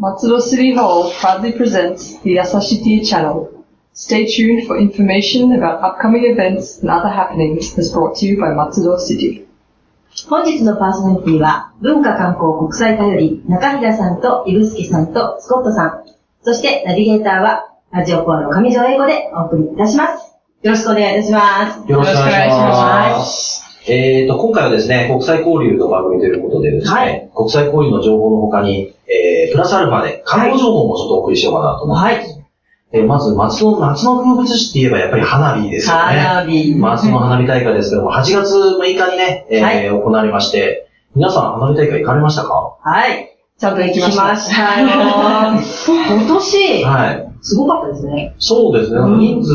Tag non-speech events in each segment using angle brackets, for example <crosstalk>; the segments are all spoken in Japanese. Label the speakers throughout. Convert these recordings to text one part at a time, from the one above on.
Speaker 1: Matsudo Hall proudly presents the Yasashiti channel. Stay tuned for information about upcoming events and other happenings as brought to you by Matsudo City.
Speaker 2: 本日のパーソナリティは、文化観光国際課より、中平さんと指宿さんとスコットさん。そして、ナビゲーターは、ラジオコアの上条英語でお送りいたします。よろしくお願いいたします。
Speaker 3: よろしくお願いし
Speaker 1: よろしくお願いしま
Speaker 3: ます。えっ、と、今回はですね、国際交流の番組ということでですね、
Speaker 2: はい
Speaker 3: 国際交流の情報の他に、えー、プラスアルファで観光情報もちょっとお送りしようかなと思います。
Speaker 2: はい
Speaker 3: えーまず、松の、夏の風物詩って言えばやっぱり花火ですよね。
Speaker 2: 花火。
Speaker 3: 松の花火大会ですけども、8月6日にね、えー
Speaker 2: はい
Speaker 3: 行われまして、皆さん花火大会行かれましたか
Speaker 2: はい。
Speaker 1: ちゃんと行きました。
Speaker 2: たよ。今年、
Speaker 3: はい。
Speaker 2: すごかったですね。
Speaker 3: そうですね、なんか人数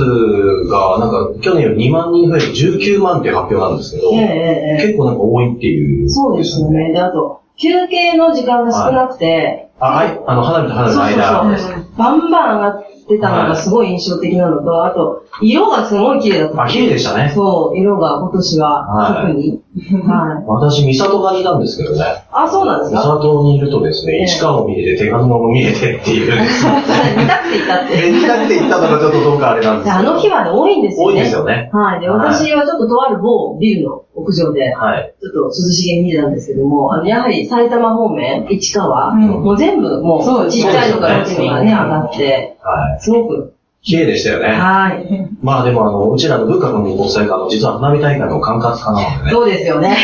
Speaker 3: が、なんか、去年より2万人増える19万っていう発表なんですけど、
Speaker 2: ええええええ
Speaker 3: 結構なんか多いっていう。
Speaker 2: そうですよね。で、あと、休憩の時間が少なくて、
Speaker 3: あ、はい、あの、花火と花火の間。
Speaker 2: そうそうそう。バンバン上がってたのがすごい印象的なのと、あと、色がすごい綺麗だった。
Speaker 3: あ、綺麗でしたね。
Speaker 2: そう、色が今年は
Speaker 3: はい
Speaker 2: 特に。はい。
Speaker 3: 私、三里がにいたんですけどね。
Speaker 2: あ、そうなんです
Speaker 3: 三
Speaker 2: か
Speaker 3: 里にいるとです
Speaker 2: ええ
Speaker 3: ね、市川も見れて、手賀沼も見れてっていう。
Speaker 2: 見たくて行ったって。
Speaker 3: <laughs> 見たくて行ったのがちょっとどうかあれなんです
Speaker 2: で
Speaker 3: けど。
Speaker 2: あの日はね、多いんですよ
Speaker 3: 多
Speaker 2: ね。
Speaker 3: いんですよね。
Speaker 2: はい。で、私はちょっととある某ビルの屋上で、
Speaker 3: はい。
Speaker 2: ちょっと涼しげに見てたんですけども、あの、やはり埼玉方面、市川、
Speaker 1: うん
Speaker 2: もう全部、
Speaker 1: そ
Speaker 2: も
Speaker 1: う
Speaker 2: う、
Speaker 1: です
Speaker 2: ち
Speaker 1: ね
Speaker 2: っちゃいのから大きいのがね、上
Speaker 3: そうですね
Speaker 2: がって、
Speaker 3: はい。
Speaker 2: すごく、
Speaker 3: 綺麗でしたよね。
Speaker 2: はい。
Speaker 3: まあでも、あの、うちらの文化の国際課の、実は花火大会の管轄課なのでね。
Speaker 2: そうですよね。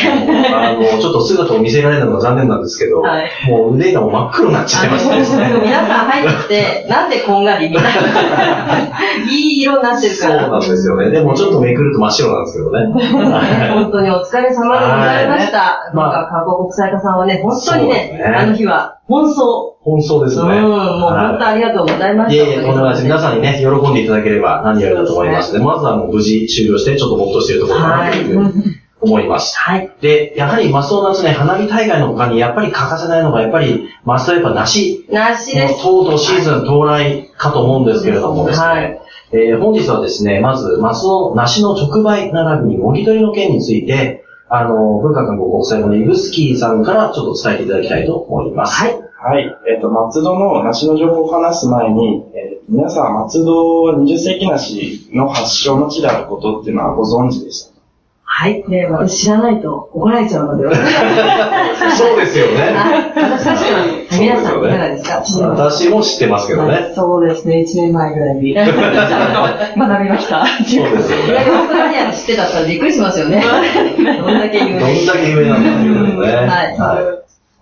Speaker 3: あの、ちょっと姿を見せられたのが残念なんですけど、
Speaker 2: はい
Speaker 3: もう腕がもう真っ黒になっちゃいましたですね。
Speaker 2: 皆さん入ってきて、なんでこんがりみたいな。いい色になってる
Speaker 3: そ
Speaker 2: か
Speaker 3: う
Speaker 2: ら。
Speaker 3: なんですよね。でもちょ <laughs> っとめくると真っ白なんですけどね。はい
Speaker 2: 本当にお疲れ様でございました。
Speaker 3: い
Speaker 2: なんか、韓国国際課さんはね、本当に
Speaker 3: そう
Speaker 2: ね、
Speaker 3: ですね
Speaker 2: あの日は、奔走。
Speaker 3: 本当です
Speaker 2: う
Speaker 3: ね。
Speaker 2: ん、もう本当ありがとうございま
Speaker 3: い
Speaker 2: した。
Speaker 3: えいえ、とんでもないです。皆さんにね、喜んでいただければ何よりだと思いますので、まずはもう無事終了して、ちょっとほっとしているところかなというふうに思います。
Speaker 2: はい。
Speaker 3: で、やはりマスオ夏ね、花火大会の他にやっぱり欠かせないのが、やっぱりマスオやっぱ梨、
Speaker 2: なし
Speaker 3: も
Speaker 2: で
Speaker 3: う
Speaker 2: す。
Speaker 3: とうとうシーズン到来かと思うんですけれどもですね。
Speaker 2: はい
Speaker 3: えー本日はですね、まず、マスオ梨の直売並びにもぎ取りの件について、あの、文化観光国際のイブスキーさんからちょっと伝えていただきたいと思います。
Speaker 2: はい。
Speaker 4: はい。えっ、と、松戸の梨の情報を話す前に、えー皆さん松戸は20世紀梨の発祥の地であることっていうのはご存知でしたか
Speaker 2: はい。で、私知らないと怒られちゃうので、私
Speaker 3: そうですよ <laughs> ね。
Speaker 2: たちは、皆さんいかがですか
Speaker 3: 私も知ってますけどね。
Speaker 1: そうですね、1年前ぐらい <laughs> に。ちゃんと学びました。
Speaker 3: そうですよ
Speaker 2: いや、
Speaker 3: ね。
Speaker 2: でも本当にあの知ってたらびっくりします
Speaker 3: <laughs>
Speaker 2: よね。どんだけ有名。
Speaker 3: どんだけ有名なんだっていうのね。
Speaker 2: <laughs> はい
Speaker 3: は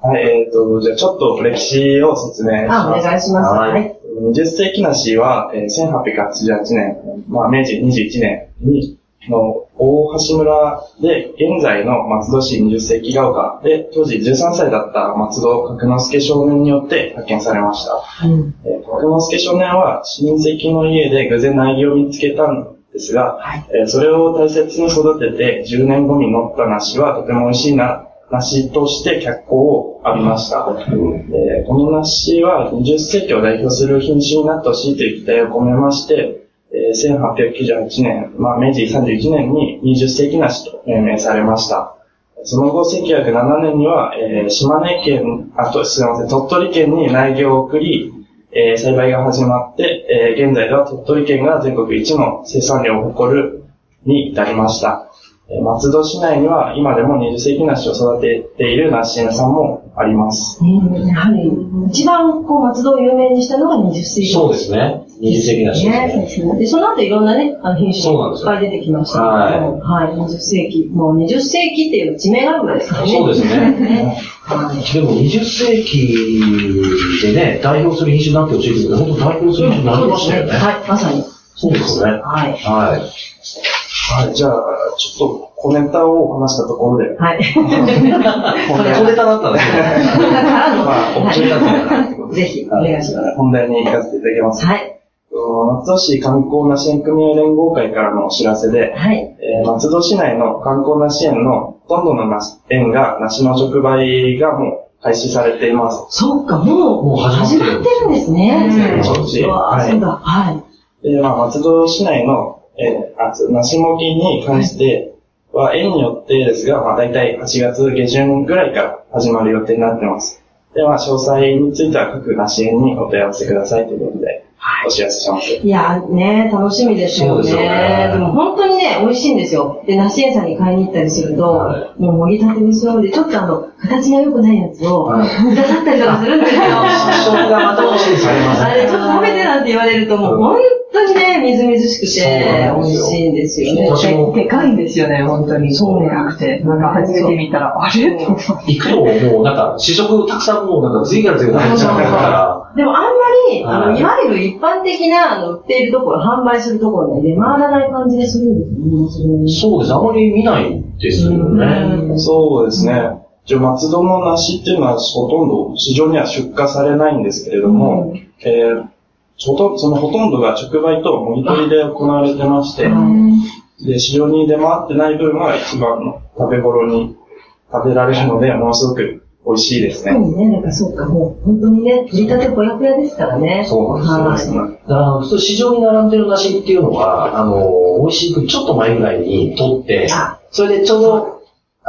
Speaker 4: はい。えっ、と、じゃあちょっと歴史を説明し
Speaker 2: あ、お
Speaker 4: ます。
Speaker 2: 願いします。
Speaker 3: はい
Speaker 2: はい。
Speaker 4: 20世紀梨は、えー1888年、まあ、明治21年に、の大橋村で、現在の松戸市20世紀が丘で、当時13歳だった松戸角之助少年によって発見されました。
Speaker 2: うん。
Speaker 4: えー、角之助少年は親戚の家で偶然苗木を見つけたんですが、
Speaker 2: はい
Speaker 4: えーそれを大切に育てて10年後に乗った梨はとても美味しいな、梨として脚光を浴びました。えーこの梨は20世紀を代表する品種になってほしいという期待を込めまして、えー1898年、まあ、明治31年に20世紀梨と命名されました。その後、1907年には、えー島根県、あと、すみません、鳥取県に苗木を送り、えー栽培が始まって、えー現在では鳥取県が全国一の生産量を誇るに至りました。えー松戸市内には今でも20世紀梨を育てている梨屋さんもあります。
Speaker 2: やはり、一番こう、松戸を有名にしたのが20世
Speaker 3: い。
Speaker 2: 紀。
Speaker 3: そうですね。二次的な人ですね。
Speaker 2: ね。で、その後いろんなね、あの品種
Speaker 3: そ
Speaker 2: が
Speaker 3: うなんで
Speaker 2: い
Speaker 3: す
Speaker 2: っ
Speaker 3: よ
Speaker 2: ぱい出てきましたけども。はい。20世紀。もう20世紀っていう地名があるぐらいですからね。
Speaker 3: そうですね。
Speaker 2: ね。はい
Speaker 3: でも20世紀でね、代表する品種になってほしいですけど、本当代表する品種になりましたよね。
Speaker 2: はい、まさに。
Speaker 3: そうですね。
Speaker 2: はい。
Speaker 3: はい。
Speaker 4: はい、じゃあ、ちょっと小ネタを話したところで、
Speaker 2: <laughs> はい。
Speaker 4: 本題
Speaker 3: 小ネタだったんですけどね。
Speaker 2: だからの、
Speaker 4: まあ、
Speaker 2: は
Speaker 4: 小ネタだったんですけ
Speaker 2: い。ぜひ、お願いしま
Speaker 4: ど本題に行かせていただきます
Speaker 2: す。。はい。
Speaker 4: 松戸市観光梨園組合連合会からのお知らせで、
Speaker 2: はい。
Speaker 4: えー松戸市内の観光梨園のほとんどの梨園が梨の直売がもう開始されています。
Speaker 2: そっか、もう、
Speaker 3: もう始
Speaker 2: 始
Speaker 3: まっ
Speaker 2: ま
Speaker 3: てるん
Speaker 2: っ
Speaker 3: で
Speaker 2: て
Speaker 3: す
Speaker 2: るんですね。
Speaker 1: うん
Speaker 3: そうですね
Speaker 2: うわ
Speaker 4: はい
Speaker 2: そうだ。はい。
Speaker 4: で、まあ、松戸市内の、えーあつ梨もぎに関しては、は園によってですが、まあ、大体8月下旬ぐらいから始まる予定になってます。で、まあ、詳細については各梨園にお問い合わせくださいということで、お知らせします。
Speaker 2: いやーね、楽しみですよね。
Speaker 3: そうです
Speaker 2: で
Speaker 3: よね
Speaker 2: も本当にね、美味しいんですよ。で、梨園さんに買いに行ったりすると、
Speaker 3: は
Speaker 2: もう盛り立てにしようで、ちょっとあの、形が良くないやつを、
Speaker 3: はい
Speaker 2: くださったりとかするんですよ。
Speaker 3: 食がまた美味しいされます
Speaker 2: あれ、ちょっと食べてなんて言われると、もう本当にね、みずみずしくて、
Speaker 3: そうなん
Speaker 2: 美味
Speaker 3: ですよ
Speaker 2: しいんですよね。
Speaker 3: 私も
Speaker 1: でかいんですよね、本当に。
Speaker 2: そう
Speaker 1: でかくて。なんか初めて見たら、あれ
Speaker 2: そう
Speaker 3: 行くともうなんか試食たくさんもうなんか次から次へと入っちゃうか
Speaker 2: でもあんまり、あ
Speaker 3: は
Speaker 2: の、
Speaker 3: い
Speaker 2: いわゆる一般的な、あの、売っているところ、販売するところに出回らない感じでするんですよね面白い
Speaker 3: ら。
Speaker 2: ね。
Speaker 3: そうです。あまり見ないですよね。
Speaker 2: うん
Speaker 4: そうですね。一応、松戸の梨っていうのはほとんど市場には出荷されないんですけれども、えーほとんそのほとんどが直売とモニ取りで行われてまして、で、市場に出回ってない分は一番の食べ頃に食べられるので、ものすごく美味しいですね。
Speaker 2: そうね、なんかそうか、もう、本当にね、取り立てぽやぽやですからね。
Speaker 3: そうなんですよ、
Speaker 2: はい
Speaker 3: だからあの普通市場に並んでる梨っていうのは、あの、美味しくちょっと前ぐらいに取って、
Speaker 2: あ
Speaker 3: それでちょうど、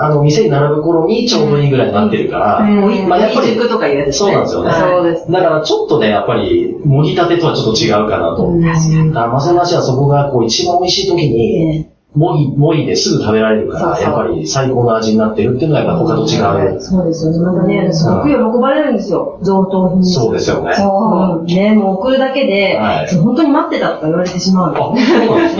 Speaker 3: あの、店に並ぶ頃にちょうどいいぐらいになってるから、
Speaker 2: もう、
Speaker 3: まあやっぱ
Speaker 2: 一
Speaker 3: り
Speaker 2: 軸とかいうやつね。
Speaker 3: そうなんですよね。
Speaker 2: はい
Speaker 1: そうです
Speaker 3: だからちょっとね、やっぱり、もぎたてとはちょっと違うかなと。だからまさなしはそこがこう一番美味しい時に、
Speaker 2: ね
Speaker 3: もぎ、もぎですぐ食べられるから、
Speaker 2: そうそう
Speaker 3: やっぱり最高の味になってるっていうのがやっぱ他と違う。
Speaker 2: そうですよね。またね、すごく喜ばれるんですよ。贈答品。
Speaker 3: そうですよね。あ、
Speaker 2: うんね、もう送るだけで、
Speaker 3: はい
Speaker 2: 本当に待ってたとか言われてしまうの。
Speaker 3: そうなんです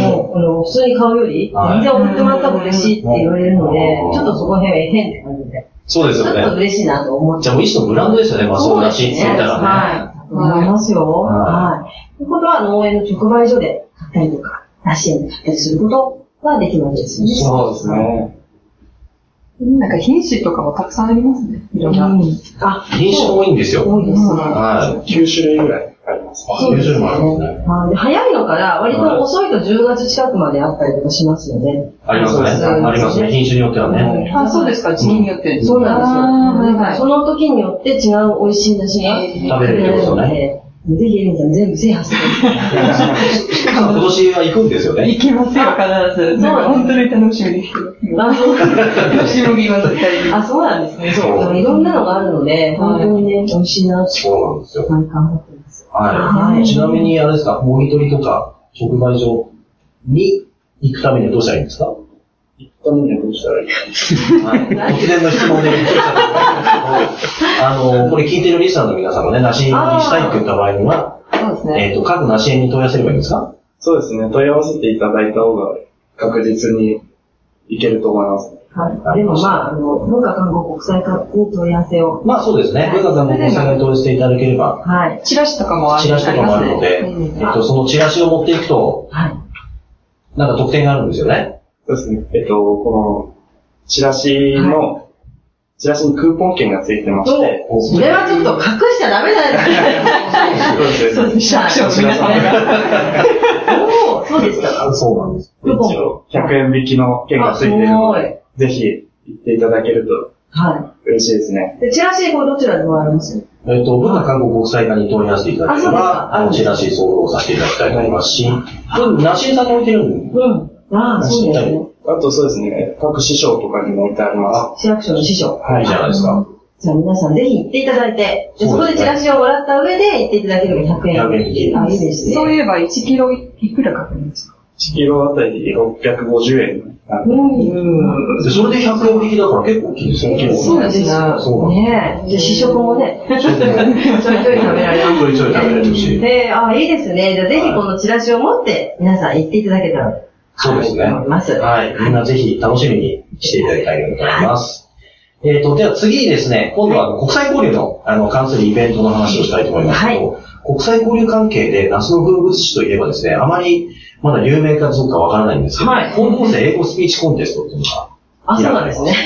Speaker 3: ね。
Speaker 2: <laughs> もうあの普通に買うより、
Speaker 3: はい
Speaker 2: 全然送ってもらった方が嬉しいって言われるので
Speaker 3: う、ん
Speaker 2: ちょっとそこら辺は変って感じで、
Speaker 3: そうです
Speaker 2: ちょっと
Speaker 3: よね。
Speaker 2: 嬉しいなと思っちゃ
Speaker 3: じゃあもう一種のブランドですよね、
Speaker 2: う。
Speaker 3: まあそうだしって
Speaker 2: です
Speaker 3: 言
Speaker 2: ね。
Speaker 3: ったらね。
Speaker 2: はい。思いますよ。
Speaker 3: はい
Speaker 2: はい。ということは、農園の直売所で買ったりとか、梨園で買ったりすることはできるわけですよね。
Speaker 4: そうですね。
Speaker 1: なんか品種とかもたくさんありますね。いろん
Speaker 2: う
Speaker 1: な。
Speaker 2: ん。あ、
Speaker 3: 品種も多いんですよ。
Speaker 2: 多いですね。
Speaker 3: はい。
Speaker 4: 9種類ぐらいあります。
Speaker 3: あ
Speaker 2: そうですね
Speaker 3: 品種もあるんですね。
Speaker 2: はいで早いのから、割と遅いと10月近くまであったりとかしますよね。
Speaker 3: ありますね。ありますね。品種によってはね。
Speaker 1: あ、そうですか、地域によって。
Speaker 2: そうなんですよ。
Speaker 1: あーはいはい
Speaker 2: その時によって違う美味しい梨が
Speaker 3: 食べれるってことね。
Speaker 2: ね。ぜひエリンちゃん全部制覇してください。
Speaker 3: 今年は行くんですよね。
Speaker 1: 行きますよ、必ず。
Speaker 2: そう
Speaker 1: 本当に楽しみにしてます。吉見ます、二人で。
Speaker 2: あ、そうなんですね。
Speaker 3: そう
Speaker 2: そう。いろんなのがあるので、
Speaker 1: は
Speaker 2: 本
Speaker 1: い
Speaker 2: 当にね、美味しいなって
Speaker 3: そうなんですよ。
Speaker 2: 毎回思ってます。
Speaker 3: は
Speaker 2: はい
Speaker 3: い。ちなみに、あれですか、もぎ取りとか、直売所に行くためにはどうしたらいいんですかは
Speaker 4: どんなどうしたらいいか
Speaker 3: い。突然の質問でびっくりしたと <laughs> 思うんですけど、あの、これ聞いてるリスナーの皆さんがね、梨にしたいって言った場合には、
Speaker 1: そうですね。
Speaker 3: えっと、各梨園に問い合わせればいいんですか
Speaker 4: そうですね。問い合わせていただいた方が確実にいけると思います。
Speaker 2: はい。でもまあ、あの、文化観光国際化に問い合わせを。
Speaker 3: まあそうですね。文化さんもご参加に問い合わせていただければ、
Speaker 2: はい。
Speaker 1: チラシとかもあ
Speaker 3: チ
Speaker 1: り
Speaker 3: ラ
Speaker 1: ま
Speaker 3: シ
Speaker 1: す
Speaker 3: と
Speaker 1: ね。
Speaker 3: かもあるので、
Speaker 1: うん
Speaker 3: えっと、そのチラシを持っていくと、
Speaker 2: はい。
Speaker 3: なんか特典があるんですよね。
Speaker 4: そうですね。えっと、この、チラシの、チラシにクーポン券がついてまして、
Speaker 3: お
Speaker 2: それはちょっと隠しちゃダメだよ。
Speaker 4: そうですね。
Speaker 1: 市役所の皆様が。
Speaker 2: おーそうでしたか。
Speaker 3: あそうなんです。
Speaker 2: クーポン
Speaker 4: 一 <laughs> 応、100円引きの券がついているので、ぜひ行っていただけると
Speaker 2: は
Speaker 4: 嬉しいですね。
Speaker 2: い。で、チラシ、これどちらでもらえます
Speaker 3: えっと、文化観光国際化に問い合わせていただければ、
Speaker 2: あ
Speaker 3: あ
Speaker 2: そう
Speaker 3: の、
Speaker 2: です
Speaker 3: チラシ総合させていただきたいと思いますし、これ、梨江さんに置いてるん
Speaker 2: う
Speaker 3: で、
Speaker 2: ん。ああ、そうですね。
Speaker 4: あとそうですね、各師匠とかにも置いてありま
Speaker 2: 市役所の師匠。
Speaker 4: す。はい
Speaker 3: いじゃないですか。
Speaker 2: じゃあ皆さんぜひ行っていただいて、でそこでチラシをもらった上で行っていただければ100円。
Speaker 3: 100円引き
Speaker 2: あ、いいですね。
Speaker 1: そう
Speaker 2: う。
Speaker 1: いえば、1キロいくらかかるんですか
Speaker 4: 1キロあたり650円なんで。
Speaker 2: うん。
Speaker 3: でそれで100円引きだから結構大きいですよ、結構。
Speaker 1: そうですね
Speaker 3: そうなんで
Speaker 2: ねえ。じゃあ試食もね、ちょい
Speaker 3: す。そうですね。
Speaker 2: ちょい食べられま
Speaker 3: ちょいちょい食べられる
Speaker 2: す。
Speaker 3: し。
Speaker 2: で、あ、いいですね。じゃあぜひこのチラシを持って皆さん行っていただけたらと
Speaker 3: そうですね。
Speaker 2: 思います。
Speaker 3: はい。みんなぜひ楽しみにしていただきたいと思います。えっ、と、では次にですね、今度はあの国際交流の、あの、関するイベントの話をしたいと思いますけど、国際交流関係で夏の風物詩といえばですね、あまりまだ有名かどうかわからないんですけど、
Speaker 2: はい
Speaker 3: 高校生英語スピーチコンテストっていうのが、
Speaker 2: あ、そうなんですね。
Speaker 3: はい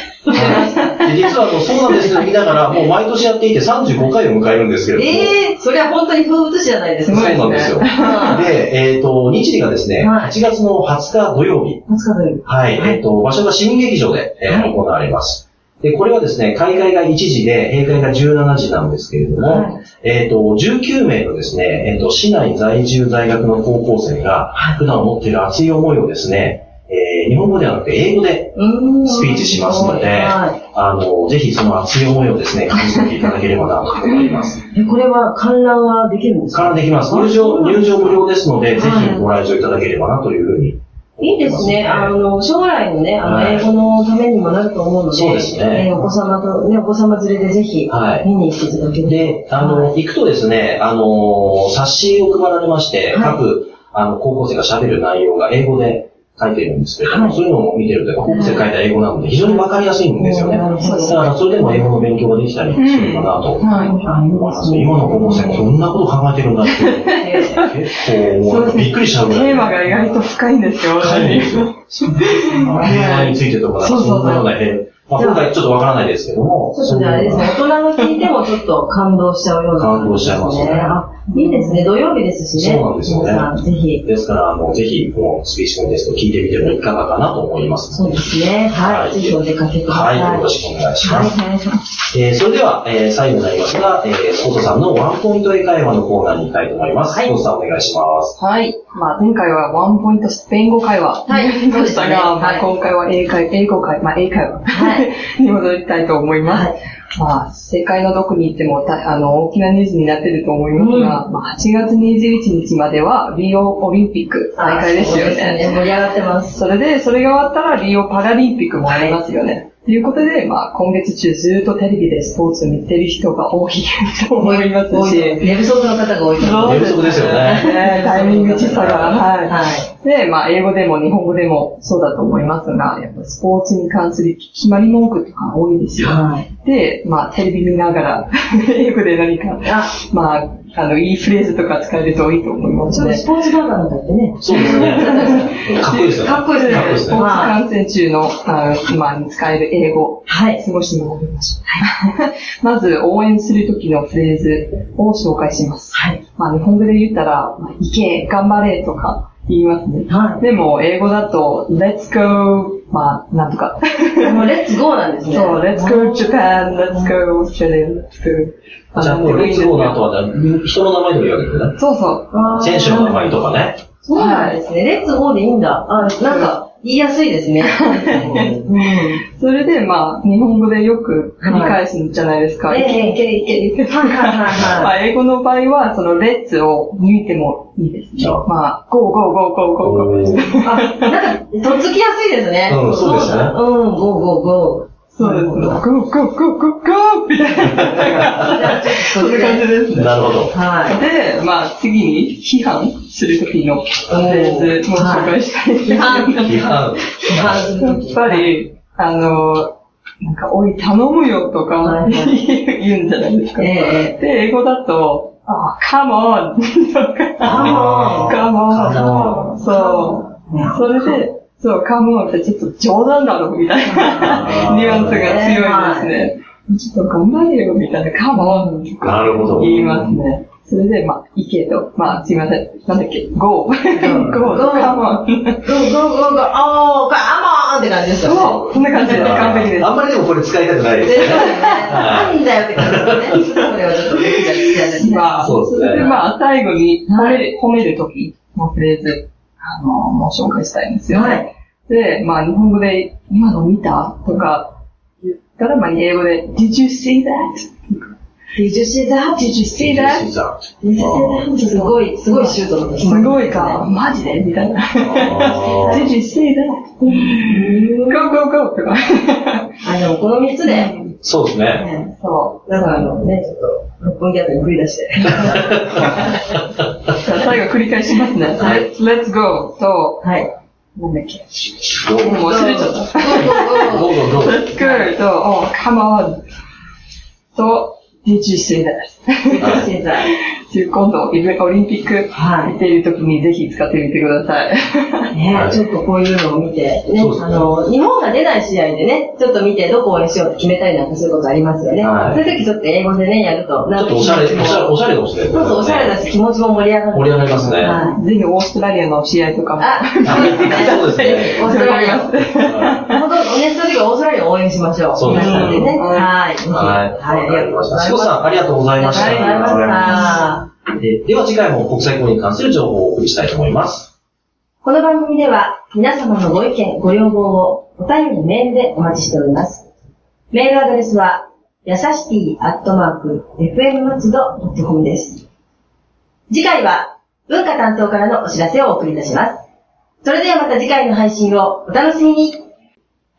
Speaker 3: で実はあの、そうなんですけど、見ながら、もう毎年やっていて35回を迎えるんですけれども、
Speaker 2: <laughs> ええ、それは本当に風物詩じゃないです
Speaker 3: そう
Speaker 2: か。
Speaker 3: なんですよ。で、えっ、と、日時がですね、
Speaker 2: はい
Speaker 3: 8月の20日土曜日、
Speaker 2: 夏かという。
Speaker 3: はい、えっ、と、場所が市民劇場で、えー
Speaker 2: はい
Speaker 3: 行われます。で、これはですね、開会が1時で、閉会が17時なんですけれども、
Speaker 2: は
Speaker 3: えっ、と、19名のですね、えっ、と、市内在住在学の高校生が、普段持っている熱い思いをですね、えーえー日本語ではなくて英語でスピーチしますので、
Speaker 2: は
Speaker 3: あの、ぜひその熱い思いをですね、感じていただければなと思います。
Speaker 2: <laughs> いえこれは観覧はできるんです
Speaker 3: から
Speaker 2: か
Speaker 3: できます。入場、入場無料ですので、ぜひご来場いただければなというふうに
Speaker 2: いいで
Speaker 3: 思
Speaker 2: すね。あ
Speaker 3: ますの
Speaker 2: の、将来のね、あの、
Speaker 3: はい
Speaker 2: 英語のためにもなると思うので、
Speaker 3: そうですね
Speaker 2: えーお子様と、ね、お子様連れでぜひ、
Speaker 3: はい
Speaker 2: 見に行っていただけると。
Speaker 3: で、あの、行くとですね、あの、冊子を配られまして、
Speaker 2: はい
Speaker 3: 各、あの、高校生が喋る内容が英語で書いてるんですけれども、
Speaker 2: はい
Speaker 3: そういうのを見てると、やっぱ高校生が書いた英語なので、非常にわかりやすいんですよね。
Speaker 2: なるほど
Speaker 3: だから、それでも英語の勉強ができたりするかなと思い
Speaker 1: はい。
Speaker 2: あ、いいで
Speaker 3: ますす。
Speaker 2: ね。
Speaker 3: 今の高校生、こんなこと考えてるんだっていう、
Speaker 2: <laughs>
Speaker 3: 結構もう、びっくりしちゃうぐらい。
Speaker 1: テーマが意外と深いんですよ。
Speaker 3: 深いんですよ。平和についてとか、
Speaker 1: そうそうそう
Speaker 3: そんなような平和まあ、今回ちょっとわからないですけども、
Speaker 2: ちょっとね、あれですね、大人が聞いてもちょっと感動しちゃうような。
Speaker 3: 感動しちゃいますね
Speaker 2: あいいですね、土曜日ですしね。
Speaker 3: そうなんですよね
Speaker 2: 皆さんぜひ。
Speaker 3: ですから、あの、ぜひ、このスピーチコンテスト聞いてみてもいかがかなと思います。
Speaker 2: そうですね。はい。ぜひお出かけくださ。
Speaker 3: はいい、よろ
Speaker 2: は
Speaker 3: しくお願いしま
Speaker 2: い、
Speaker 3: す。
Speaker 2: お願いします。
Speaker 3: えーそれでは、えー最後になりますが、えー、スコトさんのワンポイント英会話のコーナーに行きたいと思います。
Speaker 2: はい
Speaker 3: スコトさんお願いします。
Speaker 1: はい。まあ、前回はワンポイントスペイン語会話
Speaker 2: はい
Speaker 1: になりましたが、
Speaker 2: そうですねはい
Speaker 1: まあ、今回は英会、英語会、まあ、英会話、
Speaker 2: は
Speaker 1: <laughs> に戻りたいと思います。まあ、世界のどこに行ってもたあの、大きなニュースになってると思いますが、まあ、8月21日まではリオオリンピック大会ですよ
Speaker 2: そう
Speaker 1: ね。
Speaker 2: 盛り上がってます。
Speaker 1: それで、それが終わったらリオパラリンピックもありますよね。ということで、まあ、今月中ずっとテレビでスポーツ見てる人が多いと思います
Speaker 2: 多
Speaker 1: し、
Speaker 2: い寝不足の方が多いと思います。
Speaker 3: 寝不足ですよね。
Speaker 1: ねタイミング時差が、はい。
Speaker 2: は
Speaker 1: で、まあ、英語でも日本語でもそうだと思いますが、やっぱりスポーツに関する決まり文句とか多いです
Speaker 2: い。
Speaker 1: よ。
Speaker 2: はい。
Speaker 1: で、まあ、テレビ見ながら、 <laughs> 英語で何か、
Speaker 2: あ、
Speaker 1: まあ、あの、いいフレーズとか使えるといいと思います
Speaker 2: ちょっと
Speaker 1: ね。
Speaker 2: スポーツバーガーなんかってね。
Speaker 3: そうで
Speaker 2: <laughs>
Speaker 3: すね。かっこいいですよね。
Speaker 2: かっこいいですね
Speaker 3: かっこいいです
Speaker 1: スポーツ
Speaker 3: ね
Speaker 2: はい
Speaker 1: 観戦中の、あのまあ、使える英語、
Speaker 2: はい。
Speaker 1: 過ごしてもらいましょう。 <laughs> まず、応援する時のフレーズを紹介します。
Speaker 2: はい。
Speaker 1: まあ、日本語で言ったら、まあ、行け、頑張れとか言いますね。 <laughs>
Speaker 2: は
Speaker 1: でも、英語だと、Let's go, まあ、なんとか。
Speaker 2: い。もうレッツゴーなんで
Speaker 1: そ
Speaker 2: す
Speaker 1: う、
Speaker 2: ね。
Speaker 1: Let's go Japan, Let's go Australia, Let's go. ま
Speaker 3: じゃあ、
Speaker 1: な
Speaker 3: こ
Speaker 1: んでもい
Speaker 3: れ、
Speaker 1: いんで
Speaker 3: レッ
Speaker 1: す
Speaker 3: ツ
Speaker 1: けど
Speaker 3: ゴーの後は、人の名前でもいいわけですね。
Speaker 1: そうそう。
Speaker 2: あー
Speaker 3: 選手の名前とかね。
Speaker 2: <laughs> そうなんですね。レッツゴーでいいんだ。あ、なんか、言いやすいですね。うん。え
Speaker 1: それで、まあ、日本語でよく繰り返すんじゃないですか。
Speaker 2: え、いけるいけるいける。はいはい
Speaker 1: ま
Speaker 2: はい。
Speaker 1: あ、英語の場合は、その、Let's を抜いてもいいですね。
Speaker 3: あ
Speaker 1: まあ、Go, Go, Go, Go, Go, Go.
Speaker 3: う
Speaker 2: あ、なんか、とっつきやすいですね。
Speaker 3: うんそうですね
Speaker 2: だうん、ゴーゴーゴー。
Speaker 1: そうですね。Go, Go, Go, Go, Go! みたいな、そういう感じですね
Speaker 3: ん。なるほど。
Speaker 2: は
Speaker 1: で、まあ、次に批判するときのフレーズも紹介したいんですけど
Speaker 2: はい
Speaker 3: 批判。
Speaker 2: い。批判する
Speaker 1: や
Speaker 2: と
Speaker 1: っ
Speaker 2: き
Speaker 1: ぱ。り、あの、なんか、おい、頼むよとか
Speaker 2: はいは
Speaker 1: 言うんじゃないですか。
Speaker 2: ええ
Speaker 1: で、英語だと、あ、come on! と
Speaker 2: あ
Speaker 1: か、come on! そう。それで、そう、come on ってちょっと冗談だろみたいな
Speaker 3: あー
Speaker 1: ニュアンスが強いですね。ちょっと頑張れよみたいな、come on! とか
Speaker 3: なるほど。
Speaker 1: 言いますね。それで、まあ、いいけど、まあ、すいません。なんだっけ、go! <laughs> go! come on!
Speaker 2: ゴーゴーゴーゴー、おー、カモーンって感じですよね。
Speaker 1: そう、こんな感じです。完璧です
Speaker 3: あ。んまりでもこれ使いたくないです
Speaker 2: で
Speaker 3: ね。
Speaker 2: そうですねなんだよって感じですね。これはちょっとできちゃですね。
Speaker 1: まあ、
Speaker 3: そうですね
Speaker 1: れでまあ、最後に褒
Speaker 2: は
Speaker 1: める、褒めるときのフレーズ、あの、もう紹介したいんですよ、ね
Speaker 2: はい
Speaker 1: で、まあ、日本語で、今の見たとか言ったら、まあ、英語で、Did you see that?Did
Speaker 2: Did you see that?
Speaker 1: you see that?
Speaker 2: すごい、すごいシュートの
Speaker 1: すごいか、マジでみたいな。Did you see that? Go, go, go! とか。
Speaker 2: あ、でもこの3つで、
Speaker 3: そうですね。
Speaker 1: そ
Speaker 2: なんかあのね、ちょっと、六本木あたりに繰り出して。
Speaker 1: う。じゃあ最後繰り返しますね。
Speaker 2: はい
Speaker 1: Let's go! と、
Speaker 2: はい。
Speaker 1: なんだっけ。
Speaker 3: どう
Speaker 1: もう忘れちゃった。
Speaker 3: <laughs> どうぞどうぞ
Speaker 1: Let's go! と、oh, come on! と、Did you see that?
Speaker 2: 現在。
Speaker 1: という今度、イベオリンピック
Speaker 2: はい
Speaker 1: 見ているときにぜひ使ってみてください。
Speaker 2: ね、ちょっとこういうのを見て、ね
Speaker 3: そうです、ね
Speaker 2: あの、日本が出ない試合でね、ちょっと見てどこを応援しようって決めたりなんかすることありますよね。
Speaker 3: はい
Speaker 2: そういう時ちょっと英語でね、やると、
Speaker 3: ち
Speaker 2: な
Speaker 3: ょ
Speaker 2: ん
Speaker 3: っ
Speaker 2: か
Speaker 3: とおしゃれ、おしゃれ、おしゃれかもしれない。
Speaker 2: そうそう、おしゃれだし気持ちも盛り上がる。
Speaker 3: 盛り上がりますね
Speaker 2: はい
Speaker 1: ぜひオーストラリアの試合とかも。
Speaker 2: あ、そうですね。
Speaker 3: そうですね。
Speaker 2: オーストラリア。本当、ね、そういう時はオーストラリアを応援しましょう。
Speaker 3: そうですね
Speaker 2: 皆さんでね。
Speaker 1: はい
Speaker 2: はい。
Speaker 3: はい。
Speaker 2: はい、ありがとうございま
Speaker 3: し
Speaker 2: す。
Speaker 3: こさん、ありがとうございました。
Speaker 2: ありがとうございました。
Speaker 3: えーでは次回も国際交流に関する情報をお送りしたいと思います。
Speaker 2: この番組では皆様のご意見、ご要望をお便りメールでお待ちしております。メールアドレスは、やさしティアットマーク、fm 松戸 .com です。次回は、文化担当からのお知らせをお送りいたします。それではまた次回の配信をお楽しみに